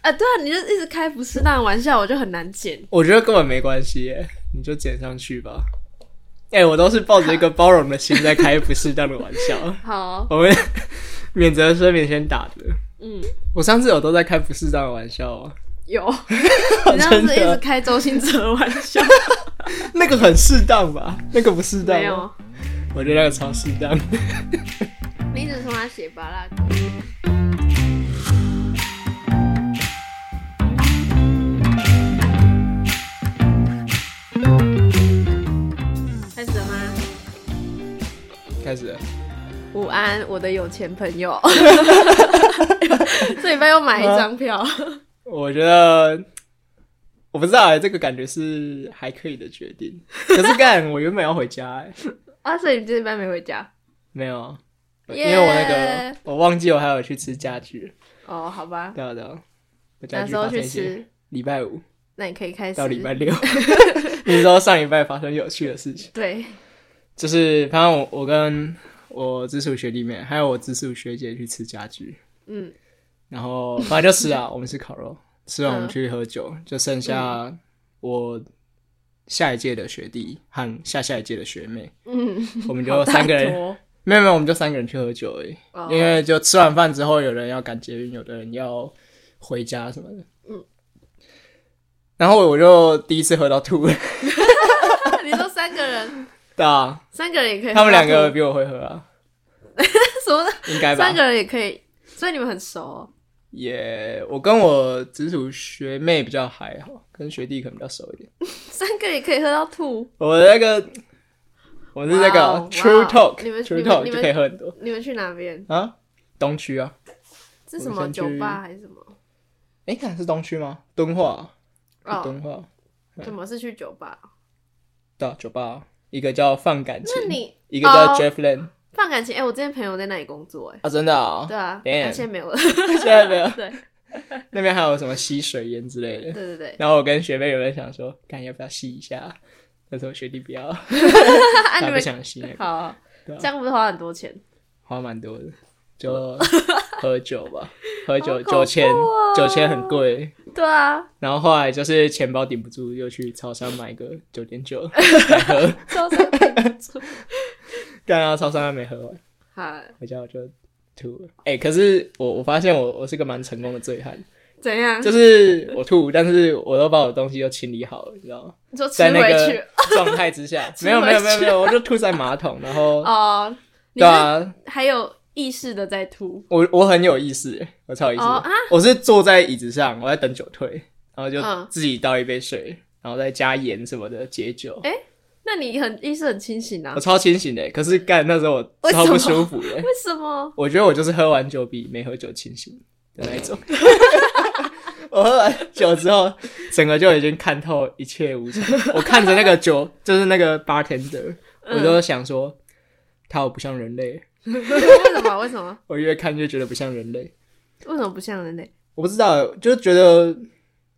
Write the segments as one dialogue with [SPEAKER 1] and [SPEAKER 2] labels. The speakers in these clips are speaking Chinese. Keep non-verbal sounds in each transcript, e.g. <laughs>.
[SPEAKER 1] 啊，对啊，你就一直开不适当的玩笑，我就很难剪。。
[SPEAKER 2] 我觉得根本没关系耶，你就剪上去吧。哎、我都是抱着一个包容的心在开不适当的玩笑
[SPEAKER 1] <laughs> 好，
[SPEAKER 2] 我们免责声明先打的。
[SPEAKER 1] 嗯，
[SPEAKER 2] 我上次有都在开不适当的玩笑啊， <laughs>
[SPEAKER 1] 有，你上次一直开周星驰的玩笑，
[SPEAKER 2] 那个很适当吧？那个不适当？哦
[SPEAKER 1] 没，有，
[SPEAKER 2] 我觉得那个超适当。
[SPEAKER 1] 你一直说他写巴拉歌。开始了吗？
[SPEAKER 2] 开始了，
[SPEAKER 1] 午安，我的有钱朋
[SPEAKER 2] <laughs>
[SPEAKER 1] 友。这礼拜又买一张
[SPEAKER 2] <laughs>
[SPEAKER 1] 票，
[SPEAKER 2] 我觉得我不知道哎，这个感觉是还可以的决定。可是干，我原本要回家哎，
[SPEAKER 1] 啊，所以你这礼拜没回家？
[SPEAKER 2] 没有，因
[SPEAKER 1] Yeah
[SPEAKER 2] 为我那个我忘记我还有去吃家具，
[SPEAKER 1] 哦，好吧，
[SPEAKER 2] 对啊对啊，我家
[SPEAKER 1] 那
[SPEAKER 2] 具
[SPEAKER 1] 时候
[SPEAKER 2] 发生
[SPEAKER 1] 去
[SPEAKER 2] 一些
[SPEAKER 1] 吃，
[SPEAKER 2] 礼拜五
[SPEAKER 1] 那你可以开始。
[SPEAKER 2] 到礼拜
[SPEAKER 1] <laughs>
[SPEAKER 2] 六， <laughs> 你说上礼拜发生有趣的事情，
[SPEAKER 1] 对，
[SPEAKER 2] 就是反正我我跟我直属学弟妹还有我直属学姐去吃家具，
[SPEAKER 1] 嗯，
[SPEAKER 2] 然后反正就吃啊，我们吃烤肉，吃完我
[SPEAKER 1] 嗯
[SPEAKER 2] 们去喝酒，就剩下我下一届的学弟和下下一届的
[SPEAKER 1] <laughs>
[SPEAKER 2] 学妹，
[SPEAKER 1] 嗯，
[SPEAKER 2] 我们
[SPEAKER 1] 好
[SPEAKER 2] 就
[SPEAKER 1] 大
[SPEAKER 2] 三个人，
[SPEAKER 1] 坨
[SPEAKER 2] 没有没有，我们就三个人去喝酒而已。
[SPEAKER 1] 哦
[SPEAKER 2] 因为就吃完饭之后，有人要赶捷运，有的人要回家什么的。
[SPEAKER 1] 嗯。
[SPEAKER 2] 然后我就第一次喝到吐了，
[SPEAKER 1] <laughs> 你说三个人，
[SPEAKER 2] 对啊，
[SPEAKER 1] 三个人也可以喝到吐，
[SPEAKER 2] 他们两个比我会喝啊，
[SPEAKER 1] 什么？
[SPEAKER 2] 应该吧
[SPEAKER 1] 三？个人也可以，所以你们很熟、哦。
[SPEAKER 2] 也我跟我直属学妹比较还好，跟学弟可能比较熟一点。
[SPEAKER 1] 三个人也可以喝到吐。
[SPEAKER 2] 我那个我是那个
[SPEAKER 1] 哇哦
[SPEAKER 2] True
[SPEAKER 1] 哇哦
[SPEAKER 2] Talk，
[SPEAKER 1] 你们
[SPEAKER 2] True
[SPEAKER 1] 你们
[SPEAKER 2] Talk
[SPEAKER 1] 你
[SPEAKER 2] 就
[SPEAKER 1] 们
[SPEAKER 2] 可以喝很多
[SPEAKER 1] 你们去哪边？
[SPEAKER 2] 啊。东区啊，
[SPEAKER 1] 是什么
[SPEAKER 2] 我们先去
[SPEAKER 1] 酒吧还是什么？
[SPEAKER 2] 哎、看是东区吗？敦化，是
[SPEAKER 1] 哦，
[SPEAKER 2] 敦化，啊
[SPEAKER 1] 怎么是去酒吧？
[SPEAKER 2] 对啊、酒吧啊、一个叫放感情，
[SPEAKER 1] 那你
[SPEAKER 2] 一个叫
[SPEAKER 1] 哦
[SPEAKER 2] Jeff Lane、
[SPEAKER 1] 放感情？哎、我之前朋友在那里工作、哎，
[SPEAKER 2] 啊，真的啊、
[SPEAKER 1] 对啊，
[SPEAKER 2] Damn
[SPEAKER 1] 他现在没有
[SPEAKER 2] <laughs>
[SPEAKER 1] 了。
[SPEAKER 2] 现在没有。
[SPEAKER 1] 对，
[SPEAKER 2] 那边还有什么吸水烟之类
[SPEAKER 1] 对
[SPEAKER 2] 的。
[SPEAKER 1] 对
[SPEAKER 2] <laughs>
[SPEAKER 1] 对，
[SPEAKER 2] 然后我跟学妹有人想说，看要不要吸一下，但是我学弟不要，
[SPEAKER 1] 啊，
[SPEAKER 2] 他
[SPEAKER 1] 你
[SPEAKER 2] 不
[SPEAKER 1] 们
[SPEAKER 2] 想吸那个，
[SPEAKER 1] 好啊，
[SPEAKER 2] 对啊
[SPEAKER 1] 这样不是花很多钱？
[SPEAKER 2] 花蛮多的，
[SPEAKER 1] <laughs>
[SPEAKER 2] 就喝酒吧，喝
[SPEAKER 1] 好
[SPEAKER 2] 酒
[SPEAKER 1] 恐怖
[SPEAKER 2] 酒钱
[SPEAKER 1] 哦
[SPEAKER 2] 酒钱很贵。
[SPEAKER 1] 对啊，
[SPEAKER 2] 然后后来就是钱包顶不住，又去超商买个九点 <laughs> 九，
[SPEAKER 1] 招商顶
[SPEAKER 2] <laughs>
[SPEAKER 1] 不住。
[SPEAKER 2] 但然后超商还没喝完，
[SPEAKER 1] 好，
[SPEAKER 2] 回家我就吐了。哎、可是我我发现我我是个蛮成功的醉汉，
[SPEAKER 1] 怎样？
[SPEAKER 2] 就是我吐，但是我都把我东西都清理好了，你知道吗？
[SPEAKER 1] 你说吃
[SPEAKER 2] 在那
[SPEAKER 1] 回去
[SPEAKER 2] 个 <laughs> 状态之下，
[SPEAKER 1] <laughs> 吃
[SPEAKER 2] 没有没有没
[SPEAKER 1] 回
[SPEAKER 2] 有
[SPEAKER 1] 去
[SPEAKER 2] 没有，我就吐在马桶，然后
[SPEAKER 1] 哦？你
[SPEAKER 2] 对
[SPEAKER 1] 是
[SPEAKER 2] 啊，
[SPEAKER 1] 还有意识的在吐？
[SPEAKER 2] 我我很有意思，我超有意思
[SPEAKER 1] 哦啊，
[SPEAKER 2] 我是坐在椅子上，我在等酒退，然后就
[SPEAKER 1] 嗯
[SPEAKER 2] 自己倒一杯水，然后再加盐什么的解酒
[SPEAKER 1] 哎，那你很意识很清醒啊
[SPEAKER 2] 我？超清醒的，可是干那时候我
[SPEAKER 1] 为什
[SPEAKER 2] 超
[SPEAKER 1] 么
[SPEAKER 2] 不舒服的，
[SPEAKER 1] 为什
[SPEAKER 2] <laughs>
[SPEAKER 1] 么？
[SPEAKER 2] 我觉得我就是喝完酒比没喝酒清醒的那一种。 <laughs> 我喝完酒之后，整个就已经看透一切无常。我看着那个酒，就是那个 bartender，我就想说，他好不像人类。
[SPEAKER 1] 为什么？为什么？
[SPEAKER 2] 我越看越觉得不像人类。
[SPEAKER 1] 为什么不像人类？
[SPEAKER 2] 我不知道，就觉得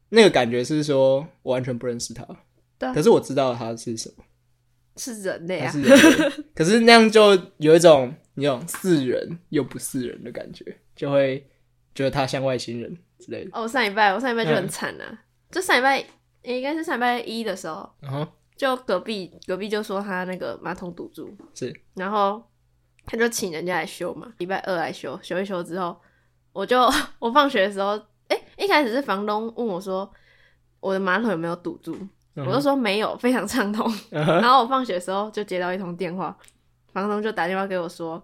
[SPEAKER 2] 那个感觉是说我完全不认识他
[SPEAKER 1] 对啊，
[SPEAKER 2] 可是我知道他是什么，
[SPEAKER 1] 是人类
[SPEAKER 2] 他
[SPEAKER 1] 啊
[SPEAKER 2] 是！人 <laughs> 类。可是那样就有一种那种似人又不似人的感觉，就会觉得他像外星人之类的。
[SPEAKER 1] 哦，我上礼拜我上礼拜就
[SPEAKER 2] 嗯
[SPEAKER 1] 很惨啊，就上礼拜、诶应该是上礼拜一的时候，
[SPEAKER 2] 然后
[SPEAKER 1] 就隔壁隔壁就说他那个马桶堵住，
[SPEAKER 2] 是
[SPEAKER 1] 然后他就请人家来修嘛，礼拜二来修，修一修之后，我就 <laughs> 我放学的时候，哎、一开始是房东问我说我的马桶有没有堵住，
[SPEAKER 2] 嗯
[SPEAKER 1] 我就说没有，非常畅通。
[SPEAKER 2] 啊
[SPEAKER 1] 然后我放学的时候就接到一通电话，房东就打电话给我说，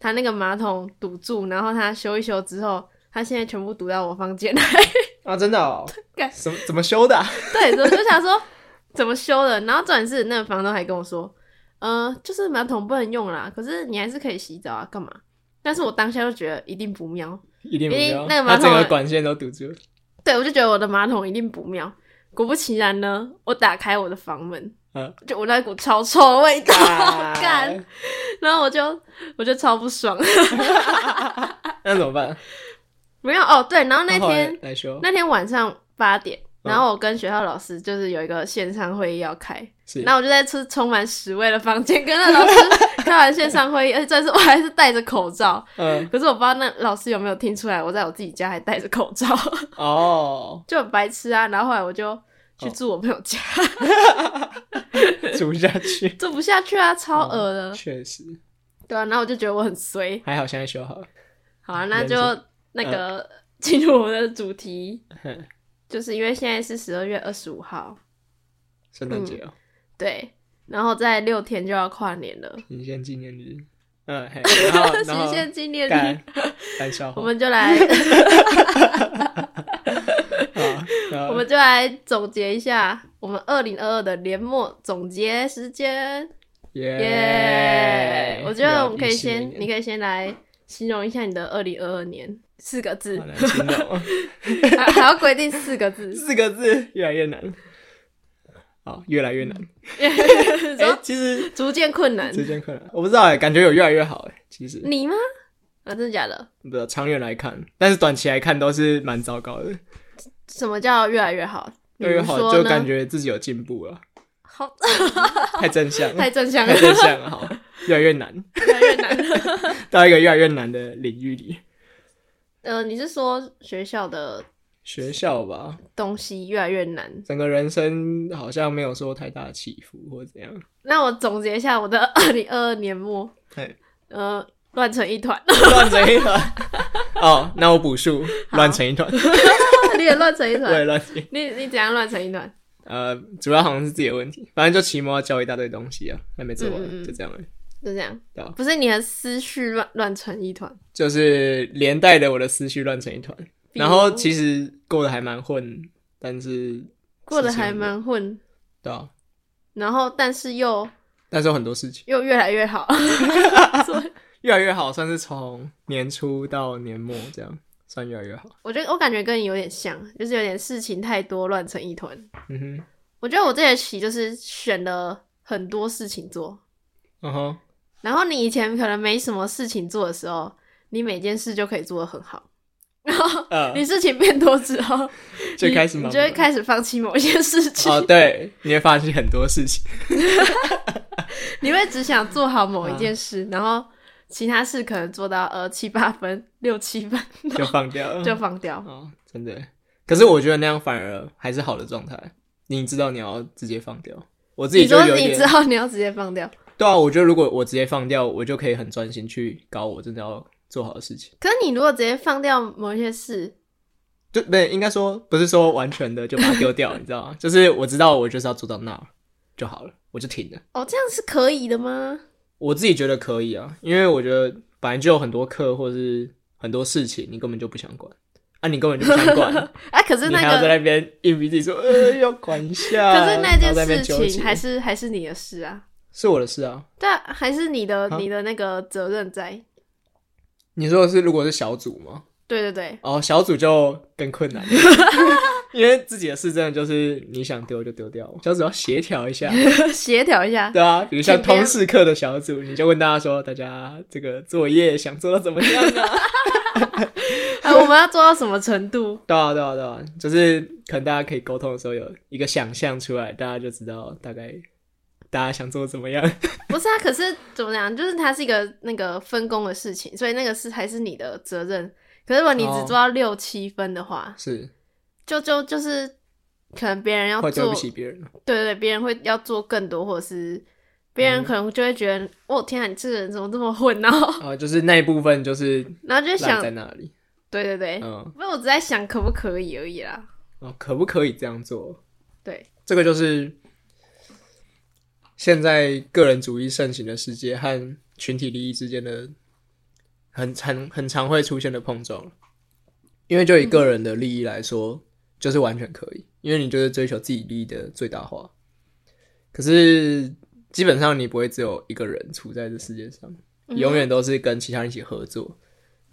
[SPEAKER 1] 他那个马桶堵住，然后他修一修之后，他现在全部堵到我房间来。 <laughs>
[SPEAKER 2] 啊，真的哦
[SPEAKER 1] 干，
[SPEAKER 2] 怎么怎么
[SPEAKER 1] <laughs>
[SPEAKER 2] 修的啊、
[SPEAKER 1] 对，所以我就想说怎么修的。然后重点是那个房东还跟我说，呃，就是马桶不能用啦，可是你还是可以洗澡啊，干嘛？但是我当下就觉得一定不妙，
[SPEAKER 2] 一定
[SPEAKER 1] 一定
[SPEAKER 2] 没有，
[SPEAKER 1] 那个马
[SPEAKER 2] 他整个
[SPEAKER 1] 桶
[SPEAKER 2] 管线都堵住了。
[SPEAKER 1] 对我就觉得我的马桶一定不妙。果不其然呢，我打开我的房门，
[SPEAKER 2] 嗯
[SPEAKER 1] 就闻到一股超臭的味道， <laughs> 干
[SPEAKER 2] 干，
[SPEAKER 1] 然后我就我就超不爽。
[SPEAKER 2] <laughs> 那怎么办？
[SPEAKER 1] 没有哦，对，然后那
[SPEAKER 2] 后来
[SPEAKER 1] 天
[SPEAKER 2] 来修
[SPEAKER 1] 那天晚上八点，
[SPEAKER 2] 哦嗯
[SPEAKER 1] 然后我跟学校老师就是有一个线上会议要开，
[SPEAKER 2] 是
[SPEAKER 1] 然后我就在吃充满屎味的房间跟那老师开完线上会议，而 <laughs> 且这次我还是戴着口罩，
[SPEAKER 2] 嗯，
[SPEAKER 1] 可是我不知道那老师有没有听出来，我在我自己家还戴着口罩， <laughs>
[SPEAKER 2] 哦， <laughs>
[SPEAKER 1] 就很白痴啊。然后后来我就去住我朋友家，
[SPEAKER 2] 煮下去，嗯
[SPEAKER 1] 住不下去啊，超恶的。
[SPEAKER 2] 确实，
[SPEAKER 1] 对啊，然后我就觉得我很衰。
[SPEAKER 2] 还好现在修好了。
[SPEAKER 1] 好啊，那
[SPEAKER 2] 人
[SPEAKER 1] 就那个 <laughs> 进入我们的主题，
[SPEAKER 2] 哼
[SPEAKER 1] 就是因为现在是十二月二十五号，
[SPEAKER 2] 圣诞节哦，
[SPEAKER 1] 对，然后在六天就要跨年了，
[SPEAKER 2] 行宪纪念日，嗯，
[SPEAKER 1] <laughs>
[SPEAKER 2] 嘿然后然
[SPEAKER 1] 实
[SPEAKER 2] 后
[SPEAKER 1] 现纪念日，
[SPEAKER 2] 干干笑
[SPEAKER 1] 我
[SPEAKER 2] 话，
[SPEAKER 1] 们就
[SPEAKER 2] <laughs>
[SPEAKER 1] 来，
[SPEAKER 2] 啊然后
[SPEAKER 1] 我们就来总结一下我们二零二二的年末总结时间，耶
[SPEAKER 2] 耶！！
[SPEAKER 1] 我觉得我们
[SPEAKER 2] 2021
[SPEAKER 1] 可以先，
[SPEAKER 2] 年
[SPEAKER 1] 你可以先来形容一下你的二零二二
[SPEAKER 2] <laughs>
[SPEAKER 1] 年，四个字
[SPEAKER 2] 好，难形容哦
[SPEAKER 1] 还还要规定四个字，
[SPEAKER 2] <laughs> 四个字，越来越难。好，越来越难。
[SPEAKER 1] 你
[SPEAKER 2] 哎
[SPEAKER 1] 说，
[SPEAKER 2] 其实
[SPEAKER 1] 逐渐困难，
[SPEAKER 2] 之间困难，我不知道哎，感觉有越来越好哎。其实
[SPEAKER 1] 你吗？啊，真的假的？
[SPEAKER 2] 不知道长远来看，但是短期来看都是蛮糟糕的。
[SPEAKER 1] 什么叫越来越好？
[SPEAKER 2] 越来越好，
[SPEAKER 1] 比如说
[SPEAKER 2] 就
[SPEAKER 1] 呢
[SPEAKER 2] 感觉自己有进
[SPEAKER 1] <laughs>
[SPEAKER 2] 步了，
[SPEAKER 1] 好，
[SPEAKER 2] 太正向了，
[SPEAKER 1] 太正向
[SPEAKER 2] <laughs>
[SPEAKER 1] 了
[SPEAKER 2] 太，正向了。好，越来越难，
[SPEAKER 1] 越来越难了。
[SPEAKER 2] 到一个越来越难的领域里。
[SPEAKER 1] 呃，你是说学校的
[SPEAKER 2] 学校吧，
[SPEAKER 1] 东西越来越难？
[SPEAKER 2] 整个人生好像没有说太大的起伏或怎样。
[SPEAKER 1] 那我总结一下我的 <laughs> 二零二二年末，
[SPEAKER 2] 嘿
[SPEAKER 1] 呃，乱成一团，
[SPEAKER 2] 乱成一团。
[SPEAKER 1] <laughs>
[SPEAKER 2] 哦，那我补数，乱成一团，
[SPEAKER 1] 啊你也乱成一
[SPEAKER 2] 我也
[SPEAKER 1] 团，
[SPEAKER 2] 乱成一。
[SPEAKER 1] 你你怎样乱成一团？
[SPEAKER 2] 呃，主要好像是自己的问题，反正就期末要交一大堆东西啊，还没做完，
[SPEAKER 1] 嗯嗯嗯
[SPEAKER 2] 就这样而已。
[SPEAKER 1] 就这样
[SPEAKER 2] 对啊，
[SPEAKER 1] 不是你的思绪乱乱成一团，
[SPEAKER 2] 就是连带的我的思绪乱成一团，
[SPEAKER 1] 比如
[SPEAKER 2] 然后其实过得还蛮混，但是
[SPEAKER 1] 过得还蛮混，
[SPEAKER 2] 对啊，
[SPEAKER 1] 然后但是又
[SPEAKER 2] 但是有很多事情
[SPEAKER 1] 又越来越好， <laughs> 所以
[SPEAKER 2] 越来越好，算是从年初到年末这样算越来越好。
[SPEAKER 1] 我觉得我感觉跟你有点像，就是有点事情太多乱成一团。
[SPEAKER 2] 嗯哼，
[SPEAKER 1] 我觉得我这学期就是选了很多事情做，
[SPEAKER 2] 嗯哼，
[SPEAKER 1] 然后你以前可能没什么事情做的时候，你每件事就可以做得很好。然后
[SPEAKER 2] 呃，
[SPEAKER 1] 你事情变多之后，
[SPEAKER 2] 就
[SPEAKER 1] 你
[SPEAKER 2] 开始忙
[SPEAKER 1] 你
[SPEAKER 2] 不
[SPEAKER 1] 就会
[SPEAKER 2] 完
[SPEAKER 1] 开始放弃某些事情，
[SPEAKER 2] 哦，对，你会发现很多事情，
[SPEAKER 1] <laughs> 你会只想做好某
[SPEAKER 2] 嗯
[SPEAKER 1] 一件事，然后其他事可能做到呃七八分、六七分
[SPEAKER 2] 就放掉
[SPEAKER 1] <laughs>
[SPEAKER 2] 了，
[SPEAKER 1] 就放掉。
[SPEAKER 2] 哦，真的。可是我觉得那样反而还是好的状态。你知道你要直接放掉，我自己
[SPEAKER 1] 你
[SPEAKER 2] 就
[SPEAKER 1] 说
[SPEAKER 2] 有
[SPEAKER 1] 你
[SPEAKER 2] 点
[SPEAKER 1] 知道你要直接放掉，
[SPEAKER 2] 对啊。我觉得如果我直接放掉，我就可以很专心去搞我真的要做好的事情。
[SPEAKER 1] 可是你如果直接放掉某一些事，
[SPEAKER 2] 就不是应该说不是说完全的就把它
[SPEAKER 1] <laughs>
[SPEAKER 2] 丢掉，你知道吗？就是我知道我就是要做到那就好了，我就停了。
[SPEAKER 1] 哦，这样是可以的吗？
[SPEAKER 2] 我自己觉得可以啊，因为我觉得本来就有很多课或是很多事情，你根本就不想管啊，你根本就不
[SPEAKER 1] <laughs>
[SPEAKER 2] 想管，
[SPEAKER 1] 啊，可是
[SPEAKER 2] 你
[SPEAKER 1] 那
[SPEAKER 2] 还要在
[SPEAKER 1] 个，
[SPEAKER 2] 那边硬逼自己说，呃，要管一下。
[SPEAKER 1] 可是那
[SPEAKER 2] 然
[SPEAKER 1] 件
[SPEAKER 2] 后在边
[SPEAKER 1] 事
[SPEAKER 2] 纠结
[SPEAKER 1] 情还是还是你的事啊，
[SPEAKER 2] 是我的事啊。
[SPEAKER 1] 对啊，还是你的
[SPEAKER 2] 啊
[SPEAKER 1] 你的那个责任在。
[SPEAKER 2] 你说的是如果是小组吗？
[SPEAKER 1] 对对对，
[SPEAKER 2] <laughs> 哦，小组就更困难了， <laughs> 因为自己的事真的就是你想丢就丢掉，小组要协调一下，
[SPEAKER 1] 协调一下。
[SPEAKER 2] <laughs> 对啊，比如像
[SPEAKER 1] 请别人
[SPEAKER 2] 通识课的小组，你就问大家说，大家这个作业想做到怎么样 <laughs> 啊？
[SPEAKER 1] 啊，我们要做到什么程度？
[SPEAKER 2] 对啊，对啊，对啊，就是可能大家可以沟通的时候有一个想象出来，大家就知道大概大家想做怎
[SPEAKER 1] <laughs>
[SPEAKER 2] 么样。
[SPEAKER 1] 不是啊，可是怎么讲？就是它是一个那个分工的事情，所以那个是还是你的责任。可是如果你只
[SPEAKER 2] 哦
[SPEAKER 1] 做到六七分的话，
[SPEAKER 2] 是，
[SPEAKER 1] 就就就是可能别人要
[SPEAKER 2] 会对
[SPEAKER 1] 做，
[SPEAKER 2] 不
[SPEAKER 1] 对
[SPEAKER 2] 起别人。
[SPEAKER 1] 对对，别人会要做更多，或者是别
[SPEAKER 2] 嗯
[SPEAKER 1] 人可能就会觉得，哦天啊，你这个人怎么这么混？然后
[SPEAKER 2] 啊、就是那一部分就是
[SPEAKER 1] <laughs> 然后就
[SPEAKER 2] 烂
[SPEAKER 1] 想哎
[SPEAKER 2] 在，那里。
[SPEAKER 1] 对对对，
[SPEAKER 2] 嗯，
[SPEAKER 1] 不是我只在想可不可以而已啦。
[SPEAKER 2] 哦，可不可以这样做？
[SPEAKER 1] 对，
[SPEAKER 2] 这个就是现在个人主义盛行的世界和群体利益之间的很常很常会出现的碰撞。因为就以个人的利益来说，就是完全可以，因为你就是追求自己利益的最大化。可是基本上你不会只有一个人处在这世界上，
[SPEAKER 1] 嗯
[SPEAKER 2] 永远都是跟其他人一起合作。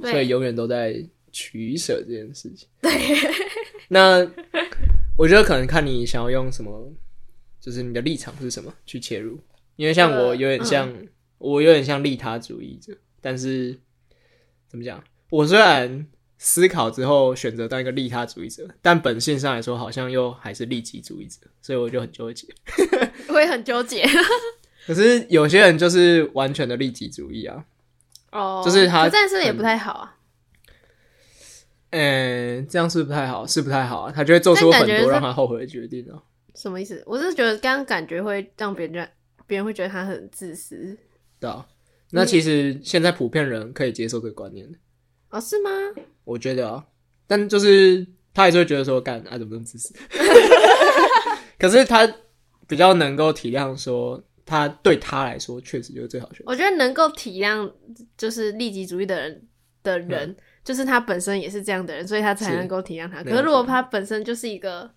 [SPEAKER 2] 所以
[SPEAKER 1] 对，
[SPEAKER 2] 永远都在取舍这件事情。对，
[SPEAKER 1] <laughs>
[SPEAKER 2] 那我觉得可能看你想要用什么，就是你的立场是什么去切入。因为像我
[SPEAKER 1] 呃
[SPEAKER 2] 有点像，我有点像利他主义者，但是怎么讲？我虽然思考之后选择当一个利他主义者，但本性上来说好像又还是利己主义者，所以我就很纠结。
[SPEAKER 1] 我也很纠结。
[SPEAKER 2] 可是有些人就是完全的利己主义啊，
[SPEAKER 1] 哦，
[SPEAKER 2] <laughs> 就是他
[SPEAKER 1] 可这样是不是也不太好啊？
[SPEAKER 2] 嗯，这样是不太好，是不太好啊。他就会做出
[SPEAKER 1] 但
[SPEAKER 2] 很
[SPEAKER 1] 感觉
[SPEAKER 2] 多
[SPEAKER 1] 是
[SPEAKER 2] 让他后悔的决定啊。
[SPEAKER 1] 什么意思？我是觉得刚刚感觉会让别人别人会觉得他很自私
[SPEAKER 2] 对啊，
[SPEAKER 1] 嗯
[SPEAKER 2] 那其实现在普遍人可以接受这个观念，
[SPEAKER 1] 哦，是吗？
[SPEAKER 2] 我觉得啊，但就是他还是会觉得说，干啊怎么那么自私？ <laughs> 可是他比较能够体谅说，他对他来说确实就是最好的选择。
[SPEAKER 1] 我觉得能够体谅就是利己主义的人的人，就是他本身也是这样的人，所以他才
[SPEAKER 2] 嗯是
[SPEAKER 1] 能够体谅他。
[SPEAKER 2] 没
[SPEAKER 1] 可是
[SPEAKER 2] 有
[SPEAKER 1] 如果
[SPEAKER 2] 错
[SPEAKER 1] 他本身就是一个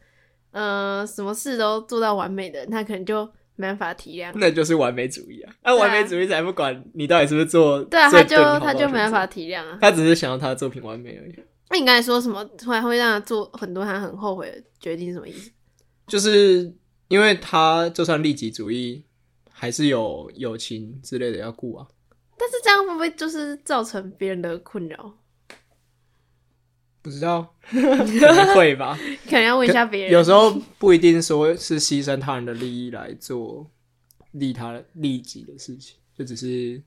[SPEAKER 1] 呃什么事都做到完美的人，他可能就没办法体谅。
[SPEAKER 2] 那就是完美主义啊！那、
[SPEAKER 1] 对啊
[SPEAKER 2] 完美主义才不管你到底是不是做
[SPEAKER 1] 对啊，
[SPEAKER 2] 最
[SPEAKER 1] 他
[SPEAKER 2] 对
[SPEAKER 1] 就
[SPEAKER 2] 你好不好
[SPEAKER 1] 他
[SPEAKER 2] 的
[SPEAKER 1] 就没办
[SPEAKER 2] 选择
[SPEAKER 1] 法体谅啊。
[SPEAKER 2] 他只是想要他的作品完美而已。
[SPEAKER 1] 那你刚才说什么突然会让他做很多他很后悔的决定，什么意思？
[SPEAKER 2] 就是因为他就算利己主义，还是有友情之类的要顾啊。
[SPEAKER 1] 但是这样会不会就是造成别人的困扰？
[SPEAKER 2] 不知道， <laughs> 可能会吧。
[SPEAKER 1] 可能要问一下别人。
[SPEAKER 2] 有时候不一定说是牺牲他人的利益来做利他利己的事情，就只是，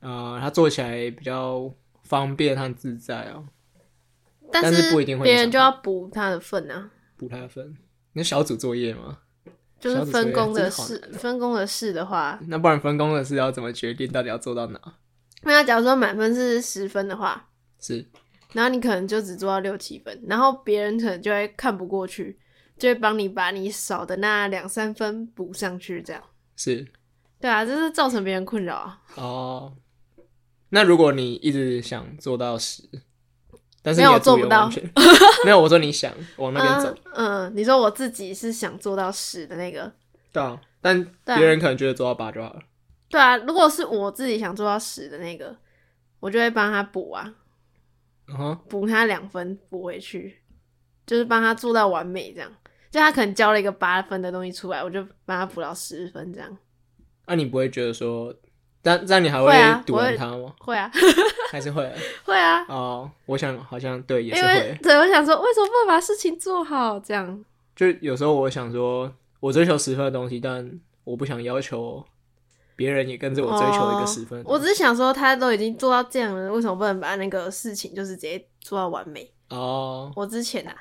[SPEAKER 2] 呃，他做起来比较方便和自在啊，
[SPEAKER 1] 但
[SPEAKER 2] 但是不一定会
[SPEAKER 1] 别
[SPEAKER 2] 影响
[SPEAKER 1] 人就要补他的份啊，
[SPEAKER 2] 不太分。那小组作业嘛，
[SPEAKER 1] 就是
[SPEAKER 2] 小组
[SPEAKER 1] 分
[SPEAKER 2] 作业
[SPEAKER 1] 工的
[SPEAKER 2] 真的好
[SPEAKER 1] 事，分工的事的话，
[SPEAKER 2] 那不然分工的是要怎么决定到底要做到哪？
[SPEAKER 1] 那假如说满分是十分的话，
[SPEAKER 2] 是
[SPEAKER 1] 然后你可能就只做到六七分，然后别人可能就会看不过去，就会帮你把你少的那两三分补上去，这样。
[SPEAKER 2] 是
[SPEAKER 1] 对啊，这是造成别人困扰啊。
[SPEAKER 2] 哦。那如果你一直想做到十，但是
[SPEAKER 1] 没有
[SPEAKER 2] 你的
[SPEAKER 1] 做
[SPEAKER 2] 组
[SPEAKER 1] 不
[SPEAKER 2] 员
[SPEAKER 1] 到
[SPEAKER 2] 完全，没有我说你想往那边走，
[SPEAKER 1] <laughs> 嗯嗯，你说我自己是想做到十的那个，
[SPEAKER 2] 对啊，但
[SPEAKER 1] 对啊
[SPEAKER 2] 别人可能觉得做到八就好了。
[SPEAKER 1] 对啊，如果是我自己想做到十的那个，我就会帮他补啊，
[SPEAKER 2] 嗯哼，
[SPEAKER 1] 补他两分补回去，就是帮他做到完美这样。就他可能交了一个八分的东西出来，我就帮他补到十分这样。
[SPEAKER 2] 那、你不会觉得说，但但你还
[SPEAKER 1] 会啊
[SPEAKER 2] 堵
[SPEAKER 1] 我
[SPEAKER 2] 拦
[SPEAKER 1] 会
[SPEAKER 2] 他吗？
[SPEAKER 1] 会啊， <laughs>
[SPEAKER 2] 还是会啊
[SPEAKER 1] 会啊，
[SPEAKER 2] 哦？我想好像对也是
[SPEAKER 1] 因为
[SPEAKER 2] 会，
[SPEAKER 1] 对我想说，为什么不把事情做好这样？
[SPEAKER 2] 就有时候我想说，我追求十分的东西，但我不想要求别人也跟着我追求一个十分的
[SPEAKER 1] 哦我
[SPEAKER 2] 东
[SPEAKER 1] 只
[SPEAKER 2] 西。
[SPEAKER 1] 是想说，他都已经做到这样了，为什么不能把那个事情就是直接做到完美？
[SPEAKER 2] 哦，
[SPEAKER 1] 我之前啊，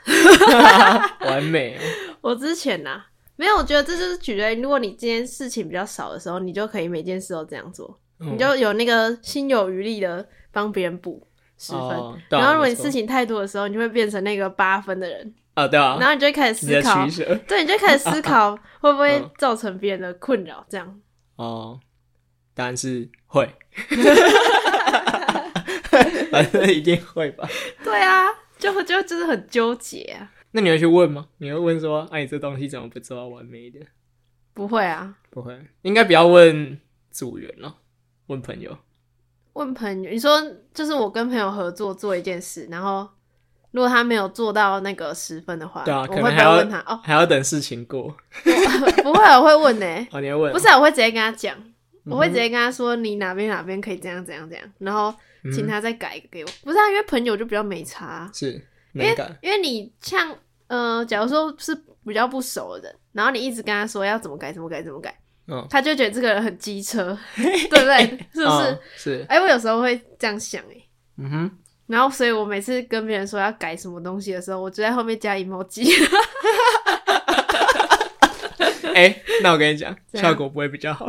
[SPEAKER 1] <laughs>
[SPEAKER 2] 完美哦，
[SPEAKER 1] 我之前呐、啊，没有，我觉得这就是取决于，如果你今天事情比较少的时候，你就可以每件事都这样做，
[SPEAKER 2] 嗯
[SPEAKER 1] 你就有那个心有余力的帮别人补十分。
[SPEAKER 2] 哦对啊
[SPEAKER 1] 然后如果你
[SPEAKER 2] 没错
[SPEAKER 1] 事情太多的时候，你就会变成那个八分的人，
[SPEAKER 2] 啊，对啊
[SPEAKER 1] 然，后你就会开始
[SPEAKER 2] 你
[SPEAKER 1] 思
[SPEAKER 2] 的
[SPEAKER 1] 考
[SPEAKER 2] 取，舍
[SPEAKER 1] 对，你就开始思
[SPEAKER 2] <laughs>
[SPEAKER 1] 考会不会
[SPEAKER 2] 嗯
[SPEAKER 1] 造成别人的困扰，这样。
[SPEAKER 2] 哦，答案是
[SPEAKER 1] <laughs>
[SPEAKER 2] 会，反正一定会吧。
[SPEAKER 1] 对啊，就就就是很纠结啊。
[SPEAKER 2] 那你会去问吗？你会问说，哎、你这东西怎么不做到完美一点？
[SPEAKER 1] 不会啊，
[SPEAKER 2] 不会，应该不要问组员了，问朋友。
[SPEAKER 1] 问朋友，你说就是我跟朋友合作做一件事，然后如果他没有做到那个十分的话，
[SPEAKER 2] 对啊，
[SPEAKER 1] 我
[SPEAKER 2] 可
[SPEAKER 1] 会不
[SPEAKER 2] 能
[SPEAKER 1] 会
[SPEAKER 2] 还要
[SPEAKER 1] 问他哦，
[SPEAKER 2] 还要等事情过。
[SPEAKER 1] 不 <laughs> 会，我会问呢、
[SPEAKER 2] 哦，你会问？
[SPEAKER 1] 不是、啊，我会直接跟他讲，
[SPEAKER 2] 嗯哼
[SPEAKER 1] 我会直接跟他说你哪边哪边可以怎样怎样怎样，然后
[SPEAKER 2] 嗯
[SPEAKER 1] 请他再改一个给我。不是啊，因为朋友就比较没差啊、
[SPEAKER 2] 是敏感
[SPEAKER 1] 因为你像呃，假如说是比较不熟的人，然后你一直跟他说要怎么改怎么改怎么改，
[SPEAKER 2] 嗯，
[SPEAKER 1] 他就觉得这个人很机
[SPEAKER 2] <laughs>
[SPEAKER 1] 车，对不对？是不是
[SPEAKER 2] 嗯？是，
[SPEAKER 1] 哎、我有时候会这样想哎、
[SPEAKER 2] 嗯哼，
[SPEAKER 1] 然后，所以我每次跟别人说要改什么东西的时候，我就在后面加 emoji。 <laughs>
[SPEAKER 2] 哎、那我跟你讲，
[SPEAKER 1] 怎样
[SPEAKER 2] 效果不会比较好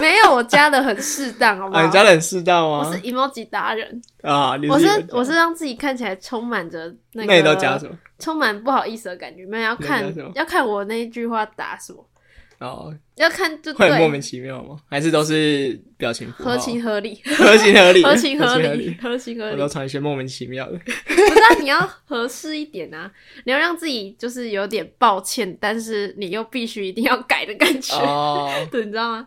[SPEAKER 1] 没有，我加的很适当，好不好？
[SPEAKER 2] 啊。你加的很适当
[SPEAKER 1] 我是
[SPEAKER 2] 吗？
[SPEAKER 1] emoji 达人。
[SPEAKER 2] 啊，你
[SPEAKER 1] 我
[SPEAKER 2] 有
[SPEAKER 1] 是
[SPEAKER 2] 加
[SPEAKER 1] 我是让自己看起来充满着那个，
[SPEAKER 2] 那你都加什么？
[SPEAKER 1] 充满不好意思的感觉。没有要
[SPEAKER 2] 那
[SPEAKER 1] 看
[SPEAKER 2] 你加什么
[SPEAKER 1] 要看我那一句话打什么，
[SPEAKER 2] 哦，
[SPEAKER 1] 要看就
[SPEAKER 2] 会很莫
[SPEAKER 1] 对，
[SPEAKER 2] 名其妙吗？还是都是表情符号
[SPEAKER 1] 合情合理，
[SPEAKER 2] 合情合理，
[SPEAKER 1] 合情合
[SPEAKER 2] 合
[SPEAKER 1] 理，。合情合
[SPEAKER 2] 我
[SPEAKER 1] 理
[SPEAKER 2] 都。传一些莫名其
[SPEAKER 1] <laughs>
[SPEAKER 2] 妙的，
[SPEAKER 1] 不是、啊、你要合适一点啊，你要让自己就是有点抱歉，但是你又必须一定要改的感觉。
[SPEAKER 2] 哦，
[SPEAKER 1] 对，你知道吗？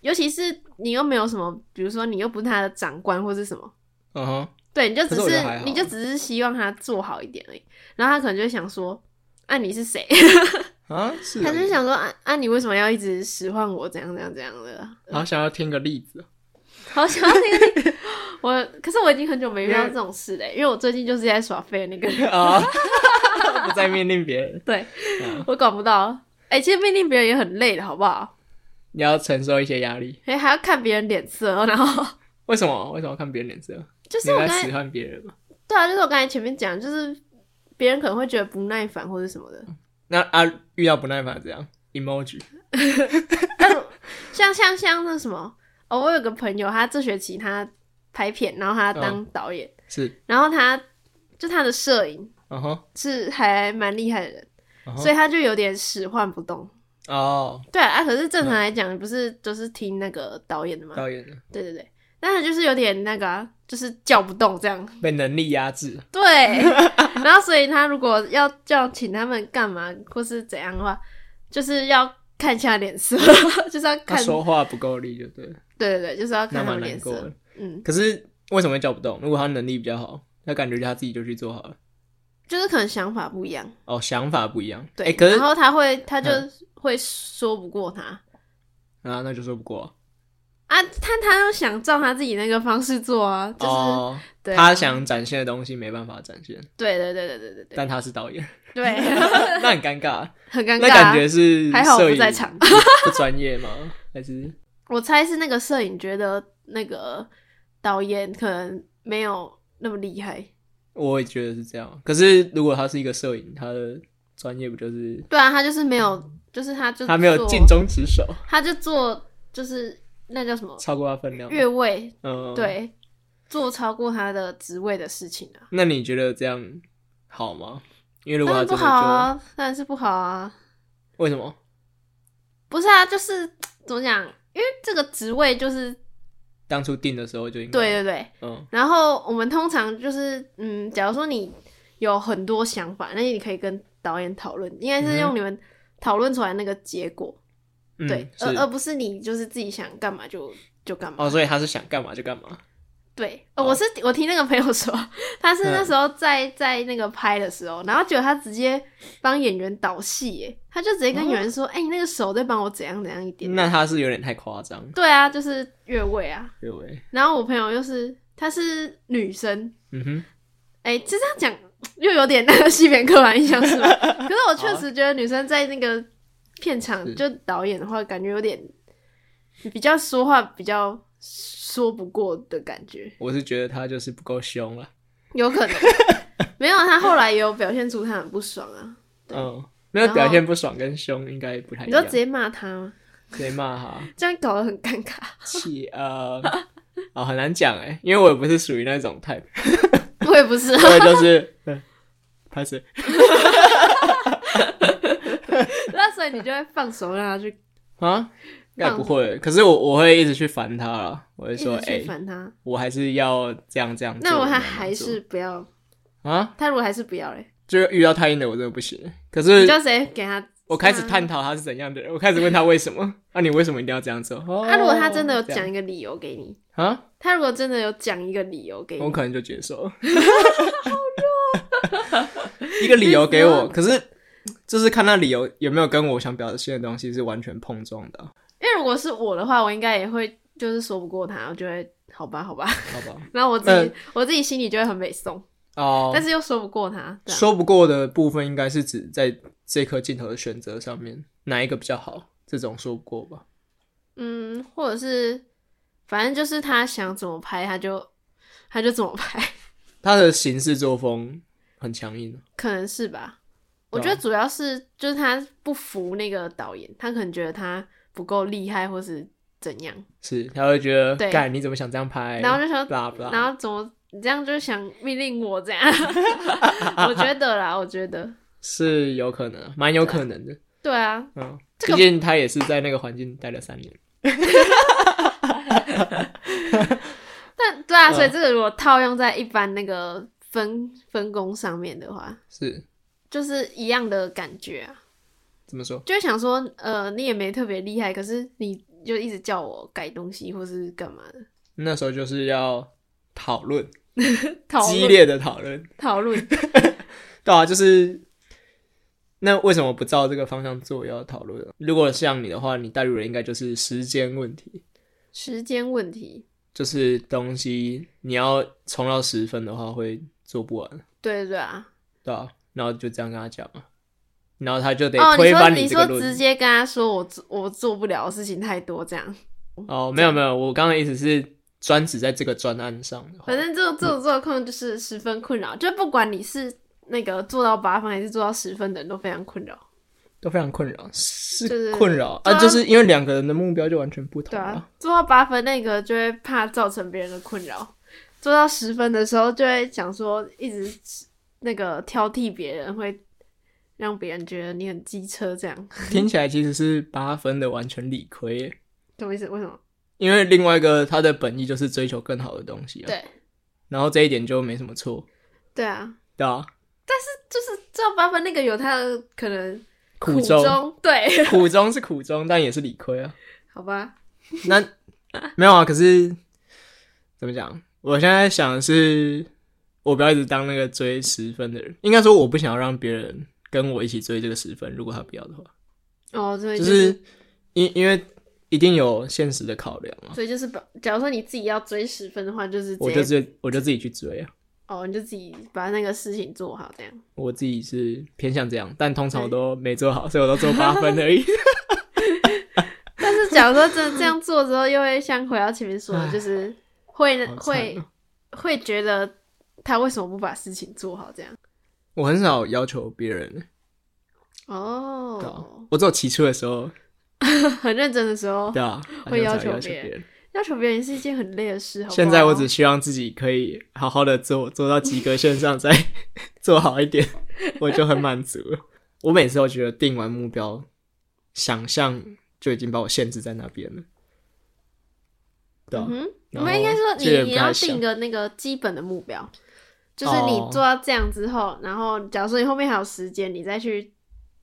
[SPEAKER 1] 尤其是你又没有什么，比如说你又不是他的长官或是什么，
[SPEAKER 2] 嗯哼，
[SPEAKER 1] 对，你就只
[SPEAKER 2] 可是我
[SPEAKER 1] 是
[SPEAKER 2] 觉得还好
[SPEAKER 1] 你就只是希望他做好一点而已。然后他可能就会想说，啊你是
[SPEAKER 2] <laughs>
[SPEAKER 1] 谁？
[SPEAKER 2] 啊，是哦，
[SPEAKER 1] 他就想说，啊啊你为什么要一直使唤我？怎样怎样怎样
[SPEAKER 2] <laughs>
[SPEAKER 1] 的？
[SPEAKER 2] 好想要听个例
[SPEAKER 1] <laughs>
[SPEAKER 2] 子，
[SPEAKER 1] 好想要那个 <laughs> 我，可是我已经很久没遇到
[SPEAKER 2] 因为
[SPEAKER 1] 这种事嘞，因为我最近就是在耍废的那个人，
[SPEAKER 2] 啊， <laughs> 不再命令别人。
[SPEAKER 1] 对
[SPEAKER 2] 嗯
[SPEAKER 1] 我管不到。哎、其实命令别人也很累的，好不好？
[SPEAKER 2] 你要承受一些压力。
[SPEAKER 1] 哎、还要看别人脸色，哦然后
[SPEAKER 2] 为什么？为什么要看别人脸色？
[SPEAKER 1] 就是
[SPEAKER 2] 你
[SPEAKER 1] 我
[SPEAKER 2] 在
[SPEAKER 1] 刚才
[SPEAKER 2] 使唤别人嘛？
[SPEAKER 1] 对啊，就是我刚才前面讲，就是别人可能会觉得不耐烦或者什么的。
[SPEAKER 2] 那啊，遇到不耐烦怎样？emoji
[SPEAKER 1] 像像像那什么，哦，我有个朋友，他这学期他拍片，然后他当导演，
[SPEAKER 2] 是，
[SPEAKER 1] 然后他就他的摄影
[SPEAKER 2] 嗯哼，
[SPEAKER 1] 是还蛮厉害的人，
[SPEAKER 2] 嗯
[SPEAKER 1] 所
[SPEAKER 2] 哼，
[SPEAKER 1] 以他就有点使唤不动。
[SPEAKER 2] 哦，
[SPEAKER 1] 对啊，啊可是正常来讲，不是就是听那个导演的吗？
[SPEAKER 2] 导演呢
[SPEAKER 1] 对对对，但他就是有点那个啊、就是叫不动这样。
[SPEAKER 2] 被能力压制，
[SPEAKER 1] 对， <laughs> 然后所以他如果要叫请他们干嘛或是怎样的话，就是要看一下脸色， <laughs> 就是要
[SPEAKER 2] 他
[SPEAKER 1] 看，
[SPEAKER 2] 说话不够力，就对了，
[SPEAKER 1] 对对对，就是要
[SPEAKER 2] 那
[SPEAKER 1] 看他
[SPEAKER 2] 蛮
[SPEAKER 1] 们
[SPEAKER 2] 难
[SPEAKER 1] 脸
[SPEAKER 2] 过
[SPEAKER 1] 色。
[SPEAKER 2] 的。
[SPEAKER 1] 嗯，
[SPEAKER 2] 可是为什么会叫不动？如果他能力比较好，那感觉他自己就去做好了。
[SPEAKER 1] 就是可能想法不一样，
[SPEAKER 2] 哦，想法不一样，
[SPEAKER 1] 对，
[SPEAKER 2] 哎可是
[SPEAKER 1] 然后他会他就
[SPEAKER 2] 嗯
[SPEAKER 1] 会说不过他。
[SPEAKER 2] 啊，那就说不过，
[SPEAKER 1] 啊，他他又想照他自己那个方式做啊，就是、
[SPEAKER 2] 哦，
[SPEAKER 1] 对啊
[SPEAKER 2] 他想展现的东西没办法展现，
[SPEAKER 1] 对对对对对对对
[SPEAKER 2] 但他是
[SPEAKER 1] <laughs>
[SPEAKER 2] 导演，
[SPEAKER 1] 对，
[SPEAKER 2] <laughs> 那很尴尬。
[SPEAKER 1] 很尴尬、啊
[SPEAKER 2] 那感觉是
[SPEAKER 1] 还好我不
[SPEAKER 2] 摄影
[SPEAKER 1] 在场
[SPEAKER 2] 不专业吗？还是
[SPEAKER 1] 我猜是那个摄影觉得那个导演可能没有那么厉害，
[SPEAKER 2] 我也觉得是这样。可是如果他是一个摄影，他的专业不就是
[SPEAKER 1] 对啊，他就是没有，就是他就
[SPEAKER 2] 他没有
[SPEAKER 1] 做
[SPEAKER 2] 尽，忠职守，
[SPEAKER 1] 他就做就是那叫什么
[SPEAKER 2] 超过他分量？
[SPEAKER 1] 越位，
[SPEAKER 2] 嗯，。
[SPEAKER 1] 对，做超过他的职位的事情啊，
[SPEAKER 2] 那你觉得这样好吗？因为如
[SPEAKER 1] 当然不
[SPEAKER 2] 果他真的就、
[SPEAKER 1] 好啊，当然是不好啊，
[SPEAKER 2] 为什么
[SPEAKER 1] 不是啊，就是怎么讲，因为这个职位就是
[SPEAKER 2] 当初定的时候就应该
[SPEAKER 1] 对对对，
[SPEAKER 2] 嗯
[SPEAKER 1] 然后我们通常就是，嗯，假如说你有很多想法，那你可以跟导演讨论，应该是
[SPEAKER 2] 嗯
[SPEAKER 1] 用你们讨论出来那个结果，
[SPEAKER 2] 嗯
[SPEAKER 1] 对，呃
[SPEAKER 2] 是
[SPEAKER 1] 而而不是你就是自己想干嘛就就干嘛。
[SPEAKER 2] 哦，所以他是想干嘛就干嘛
[SPEAKER 1] 对，呃
[SPEAKER 2] 哦嗯
[SPEAKER 1] 我是我听那个朋友说，他是那时候在在那个拍的时候，然后结果他直接帮演员导戏，耶，他就直接
[SPEAKER 2] 哦
[SPEAKER 1] 跟演员说：“哎、你那个手再帮我怎样怎样一点。”
[SPEAKER 2] 那他是有点太夸张，
[SPEAKER 1] 对啊，就是越位啊。
[SPEAKER 2] 对不对？
[SPEAKER 1] 然后我朋友又是她是女生，
[SPEAKER 2] 嗯哼，
[SPEAKER 1] 哎、其实这样讲又有点那个西边刻板印象是吧？ <laughs> 可是我确实觉得女生在那个片场
[SPEAKER 2] 啊是
[SPEAKER 1] 就导演的话，感觉有点比较说话比较说不过的感觉，
[SPEAKER 2] 我是觉得他就是不够凶了。
[SPEAKER 1] 有可
[SPEAKER 2] <laughs>
[SPEAKER 1] 能没有。她后来也有表现出她很不爽啊，对
[SPEAKER 2] 嗯，没有
[SPEAKER 1] 然后
[SPEAKER 2] 表现不爽跟凶应该不太一
[SPEAKER 1] 你就
[SPEAKER 2] 样。
[SPEAKER 1] 直接骂她吗？
[SPEAKER 2] 谁骂他？
[SPEAKER 1] 这样搞得很尴尬。 <laughs>
[SPEAKER 2] 气呃， <laughs> 哦，很难讲哎，因为我也不是属于那种 type，
[SPEAKER 1] 我也不
[SPEAKER 2] <laughs>
[SPEAKER 1] 是，
[SPEAKER 2] 我
[SPEAKER 1] <laughs>
[SPEAKER 2] 也就是嗯拍谁
[SPEAKER 1] 那所以你就会放手让她去
[SPEAKER 2] 啊，应该不会。可是我我会一直去烦他了，我会
[SPEAKER 1] 一
[SPEAKER 2] 说
[SPEAKER 1] 直
[SPEAKER 2] 哎
[SPEAKER 1] 去，烦她。
[SPEAKER 2] 我还是要这样这样做。
[SPEAKER 1] 那我
[SPEAKER 2] 那
[SPEAKER 1] 还
[SPEAKER 2] 样
[SPEAKER 1] 还
[SPEAKER 2] 做
[SPEAKER 1] 是不要，
[SPEAKER 2] 啊，
[SPEAKER 1] 她如果还是不要嘞，
[SPEAKER 2] 就是遇到太硬的我真的不行。可
[SPEAKER 1] 你
[SPEAKER 2] 是
[SPEAKER 1] 就直嗯接给她
[SPEAKER 2] 我开始探讨他是怎样的人，我开始问他为什么，那、你为什么一定要这样做？哦
[SPEAKER 1] 啊他如果他真的有
[SPEAKER 2] 这样
[SPEAKER 1] 讲一个理由给你，
[SPEAKER 2] 啊，
[SPEAKER 1] 他如果真的有讲一个理由给
[SPEAKER 2] 我
[SPEAKER 1] 你，
[SPEAKER 2] 可能就接受。好
[SPEAKER 1] 哦
[SPEAKER 2] 弱， <laughs> 一个理由给我，可是就是看那理由有没有跟我想表现的东西是完全碰撞的，啊
[SPEAKER 1] 因为如果是我的话，我应该也会就是说不过他，我就会好吧好吧， <laughs>
[SPEAKER 2] 好不好？
[SPEAKER 1] 然后我自己、
[SPEAKER 2] 嗯
[SPEAKER 1] 我自己心里就会很美送，
[SPEAKER 2] 哦、
[SPEAKER 1] 但是又说不过他，这样
[SPEAKER 2] 说不过的部分应该是指在这颗镜头的选择上面，哪一个比较好？这种说不过吧。
[SPEAKER 1] 嗯，或者是反正就是他想怎么拍他就他就怎么拍， <laughs>
[SPEAKER 2] 他的行事作风很强硬，啊
[SPEAKER 1] 可能是吧。我
[SPEAKER 2] 对啊
[SPEAKER 1] 觉得主要是就是他不服那个导演，他可能觉得他不够厉害或是怎样，
[SPEAKER 2] 是他会觉得，
[SPEAKER 1] 对
[SPEAKER 2] 干你怎么想这样拍？
[SPEAKER 1] 然后就说
[SPEAKER 2] 拉不拉？
[SPEAKER 1] 然后怎么你这样就是想命令我这
[SPEAKER 2] <laughs>
[SPEAKER 1] 样？我觉得啦，我觉得
[SPEAKER 2] 是有可能，啊蛮有可能的。
[SPEAKER 1] 对啊，
[SPEAKER 2] 嗯，
[SPEAKER 1] 这
[SPEAKER 2] 毕
[SPEAKER 1] 个
[SPEAKER 2] 竟他也是在那个环境待了三年。
[SPEAKER 1] 但对啊，
[SPEAKER 2] 嗯
[SPEAKER 1] 所以这个如果套用在一般那个分分工上面的话，
[SPEAKER 2] 是
[SPEAKER 1] 就是一样的感觉啊，
[SPEAKER 2] 怎么说？
[SPEAKER 1] 就会想说，呃，你也没特别厉害，可是你就一直叫我改东西或是干嘛的，
[SPEAKER 2] 那时候就是要讨论，
[SPEAKER 1] 讨
[SPEAKER 2] 激
[SPEAKER 1] 论
[SPEAKER 2] 烈的讨论。
[SPEAKER 1] 讨论，
[SPEAKER 2] 对啊，就是那为什么不照这个方向做？要讨论。啊如果像你的话，你带入的应该就是时间问题，
[SPEAKER 1] 时间问题，
[SPEAKER 2] 就是东西你要冲到十分的话会做不完，
[SPEAKER 1] 对对对啊，
[SPEAKER 2] 对啊，然后就这样跟他讲嘛。然后他就得
[SPEAKER 1] 哦，你
[SPEAKER 2] 推
[SPEAKER 1] 说
[SPEAKER 2] 翻
[SPEAKER 1] 你
[SPEAKER 2] 这
[SPEAKER 1] 说
[SPEAKER 2] 个论
[SPEAKER 1] 直
[SPEAKER 2] 点。
[SPEAKER 1] 接跟他说我做我做不了的事情太多这样，
[SPEAKER 2] 哦，没有没有，我刚刚的意思是专指在这个专案上的话。
[SPEAKER 1] 反正这种这种状况就是十分困扰，就不管你是那个做到八分还是做到十分的人都非常困扰。
[SPEAKER 2] 都非常困扰，
[SPEAKER 1] 就是
[SPEAKER 2] 是困扰
[SPEAKER 1] 对啊
[SPEAKER 2] 啊，就是因为两个人的目标就完全不同
[SPEAKER 1] 对
[SPEAKER 2] 了
[SPEAKER 1] 啊。，做到八分那个就会怕造成别人的困扰，做到十分的时候就会想说一直那个挑剔别人，会让别人觉得你很机车这样， <laughs>
[SPEAKER 2] 听起来其实是八分的完全理亏耶，
[SPEAKER 1] 懂我意思？为什么？
[SPEAKER 2] 因为另外一个他的本意就是追求更好的东西啊。
[SPEAKER 1] 对，
[SPEAKER 2] 然后这一点就没什么错，
[SPEAKER 1] 对啊，
[SPEAKER 2] 对啊，
[SPEAKER 1] 就是做到八分那个有他的可能
[SPEAKER 2] 苦
[SPEAKER 1] 衷，
[SPEAKER 2] 衷，
[SPEAKER 1] 对， <laughs>
[SPEAKER 2] 苦衷是苦衷，但也是理亏啊。
[SPEAKER 1] 好吧，
[SPEAKER 2] 那没有啊，可是怎么讲？我现在想的是，我不要一直当那个追十分的人，应该说我不想要让别人跟我一起追这个十分，如果他不要的话，
[SPEAKER 1] 哦，所以
[SPEAKER 2] 就是是因因为一定有现实的考量嘛，
[SPEAKER 1] 所以就是把，假如说你自己要追十分的话，就是
[SPEAKER 2] 我
[SPEAKER 1] 直
[SPEAKER 2] 就
[SPEAKER 1] 接
[SPEAKER 2] 自我就自己去追啊。
[SPEAKER 1] 哦，你就自己把那个事情做好，这样
[SPEAKER 2] 我自己是偏向这样，但通常我都没做好，所以我都做八分
[SPEAKER 1] <laughs>
[SPEAKER 2] 而已。
[SPEAKER 1] 但是假如说真的这样做之后，又会像回到前面说的，就是会
[SPEAKER 2] 好惨哦
[SPEAKER 1] 会会觉得他为什么不把事情做好这样？
[SPEAKER 2] 我很少要求别人，对啊
[SPEAKER 1] 哦，
[SPEAKER 2] 我只有起初的时候，
[SPEAKER 1] 很认真的时候
[SPEAKER 2] 对啊，
[SPEAKER 1] 会
[SPEAKER 2] 好像
[SPEAKER 1] 要求
[SPEAKER 2] 才要求
[SPEAKER 1] 别人
[SPEAKER 2] 别人。
[SPEAKER 1] 要求别人是一件很累的事，好不好
[SPEAKER 2] 现在我只希望自己可以好好的做，做到及格线上，再 <laughs> 做好
[SPEAKER 1] <laughs>
[SPEAKER 2] 一点，我就很满足了。我每次都觉得定完目标，想象就已经把我限制在那边了，对啊，
[SPEAKER 1] 嗯，我
[SPEAKER 2] 然
[SPEAKER 1] 们
[SPEAKER 2] 后
[SPEAKER 1] 应该说
[SPEAKER 2] 就有
[SPEAKER 1] 你
[SPEAKER 2] 点不
[SPEAKER 1] 你
[SPEAKER 2] 太
[SPEAKER 1] 要
[SPEAKER 2] 想
[SPEAKER 1] 定个那个基本的目标，就是你
[SPEAKER 2] 哦
[SPEAKER 1] 做到这样之后，然后假如说你后面还有时间，你再去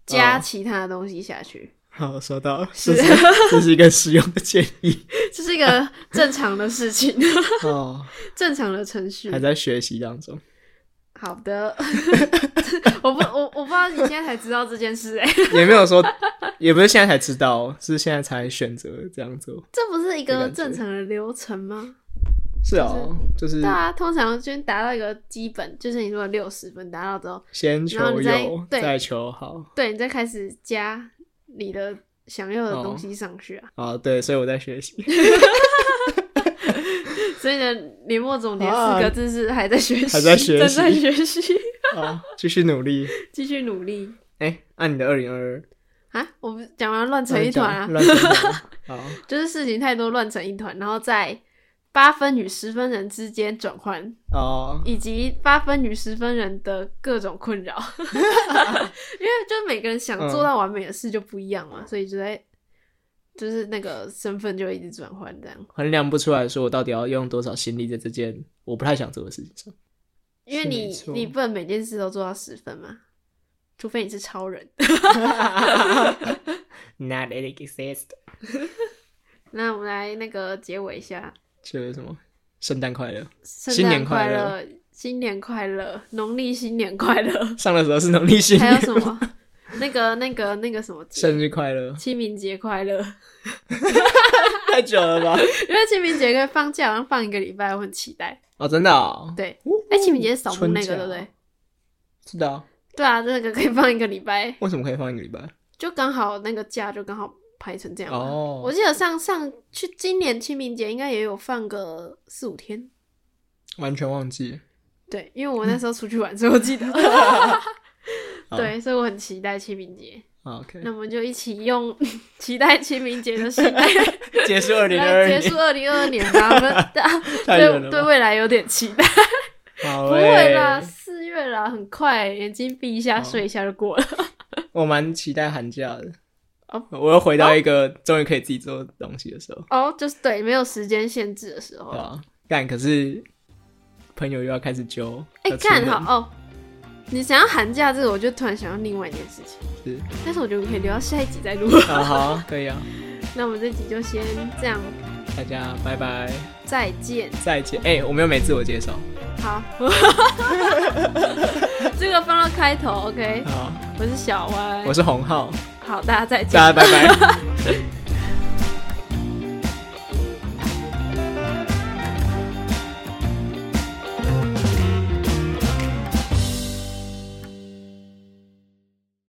[SPEAKER 1] 加
[SPEAKER 2] 哦
[SPEAKER 1] 其他的东西下去。
[SPEAKER 2] 好，收到了，这是这是一个实用的建
[SPEAKER 1] <laughs>
[SPEAKER 2] 议
[SPEAKER 1] 这是一个正常的事情， <laughs>
[SPEAKER 2] 哦，
[SPEAKER 1] 正常的程序
[SPEAKER 2] 还。在学习当中。
[SPEAKER 1] 好的， <laughs> 我不，我我不知道你现在才知道这件事、欸，哎，
[SPEAKER 2] 也没有说，也不是现在才知道，是现在才选择这样做。
[SPEAKER 1] <laughs> 这不是一
[SPEAKER 2] 没
[SPEAKER 1] 个
[SPEAKER 2] 感觉
[SPEAKER 1] 正常的流程吗？
[SPEAKER 2] 是哦，就是
[SPEAKER 1] 对啊，通常先达到一个基本，就是你说六十分达到之后，
[SPEAKER 2] 先
[SPEAKER 1] 然
[SPEAKER 2] 求
[SPEAKER 1] 后你再
[SPEAKER 2] 有，
[SPEAKER 1] 对
[SPEAKER 2] 再求好
[SPEAKER 1] 对你再开始加你的想要的
[SPEAKER 2] 哦
[SPEAKER 1] 东西上去啊。
[SPEAKER 2] 啊。对，所以我在
[SPEAKER 1] <laughs>
[SPEAKER 2] 学习。
[SPEAKER 1] 所以呢，年末总结
[SPEAKER 2] 啊
[SPEAKER 1] 四个字是还在学习，
[SPEAKER 2] 哦还在学习
[SPEAKER 1] 正在学习，
[SPEAKER 2] 啊，继续努力。
[SPEAKER 1] 继续努
[SPEAKER 2] <laughs>
[SPEAKER 1] 力
[SPEAKER 2] 哎、按你的二零二
[SPEAKER 1] 啊！我们讲完乱成
[SPEAKER 2] 二，
[SPEAKER 1] 一团啊，
[SPEAKER 2] 乱讲哦好，
[SPEAKER 1] 就是事情太多乱成一团，然后在八分与十分人之间转换，
[SPEAKER 2] 哦，
[SPEAKER 1] 以及八分与十分人的各种困
[SPEAKER 2] <laughs>
[SPEAKER 1] 扰，因为就每个人想做到完美的事就不一样
[SPEAKER 2] 嗯
[SPEAKER 1] 嘛，所以就在就是那个身份就会一直转换这样。
[SPEAKER 2] 衡量不出来说我到底要用多少心力在这件我不太想做的事情上。 <laughs>
[SPEAKER 1] 因为
[SPEAKER 2] 是没
[SPEAKER 1] 你
[SPEAKER 2] 错
[SPEAKER 1] 你不能每件事都做到十分嘛，除非你是超人。 <laughs>
[SPEAKER 2] Not it exist。
[SPEAKER 1] 那我们来那个结尾一下，
[SPEAKER 2] 就是什么？圣诞快乐！
[SPEAKER 1] 圣诞
[SPEAKER 2] 年快
[SPEAKER 1] 快
[SPEAKER 2] 乐，
[SPEAKER 1] 乐，新年快乐，农历新年快乐 <laughs>
[SPEAKER 2] 上的时候是农历新
[SPEAKER 1] 还有
[SPEAKER 2] 年，
[SPEAKER 1] 什
[SPEAKER 2] <laughs>
[SPEAKER 1] 么？那个那个那个什么节？！
[SPEAKER 2] 生日快乐
[SPEAKER 1] 清明节快乐！ <laughs>
[SPEAKER 2] 太久了吧？
[SPEAKER 1] 因为清明节跟放假好像放一个礼拜，我很期待。
[SPEAKER 2] 哦，真的、哦，
[SPEAKER 1] 对，
[SPEAKER 2] 哦
[SPEAKER 1] 哎、清明节扫墓那个
[SPEAKER 2] 春假
[SPEAKER 1] 对不对？
[SPEAKER 2] 是的啊，
[SPEAKER 1] 对啊，那个可以放一个礼拜，
[SPEAKER 2] 为什么可以放一个礼拜？
[SPEAKER 1] 就刚好那个假就刚好排成这样。
[SPEAKER 2] 哦
[SPEAKER 1] 我记得上上去今年清明节应该也有放个四五天。
[SPEAKER 2] 完全忘记。
[SPEAKER 1] 对，因为我那时候出去玩，所以我记
[SPEAKER 2] <laughs>
[SPEAKER 1] 得。
[SPEAKER 2] 好
[SPEAKER 1] 对，所以我很期待清明节。
[SPEAKER 2] 好，OK，哦
[SPEAKER 1] 那我们就一起用 <laughs> 期待清明节的心态
[SPEAKER 2] 结 <laughs> 束二零二二
[SPEAKER 1] 来结
[SPEAKER 2] 年，
[SPEAKER 1] 束二零二二年吧。我们
[SPEAKER 2] <laughs>
[SPEAKER 1] 大家
[SPEAKER 2] 太远了
[SPEAKER 1] 对对
[SPEAKER 2] 吧。
[SPEAKER 1] 未来有点期
[SPEAKER 2] <laughs>
[SPEAKER 1] 待。
[SPEAKER 2] 好
[SPEAKER 1] 不会啦，
[SPEAKER 2] 欸
[SPEAKER 1] 四月啦，很快，眼睛闭一下，
[SPEAKER 2] 哦
[SPEAKER 1] 睡一下就过了。
[SPEAKER 2] 我蛮期待寒假的
[SPEAKER 1] 哦。
[SPEAKER 2] 我又回到一个终于可以自己做东西的时候，
[SPEAKER 1] 哦，就是对，没有时间限制的时候
[SPEAKER 2] 对。吧？干，可是朋友又要开始揪，
[SPEAKER 1] 哎
[SPEAKER 2] 要，出
[SPEAKER 1] 干
[SPEAKER 2] 门
[SPEAKER 1] 好哦！你想要寒假这个，我就突然想到另外一件事情，
[SPEAKER 2] 是
[SPEAKER 1] 但是我觉得我们可以留到下一集再 <laughs> 录。
[SPEAKER 2] 啊，好啊，可以啊，
[SPEAKER 1] 那我们这集就先这样，
[SPEAKER 2] 大家拜拜，
[SPEAKER 1] 再见。
[SPEAKER 2] 再见。哎，我们又没自我介绍，
[SPEAKER 1] <laughs> 好，这个放到开头，OK。
[SPEAKER 2] 好，
[SPEAKER 1] 我是小歪
[SPEAKER 2] 我，是洪浩，
[SPEAKER 1] 好，大家再见。
[SPEAKER 2] 大家拜拜。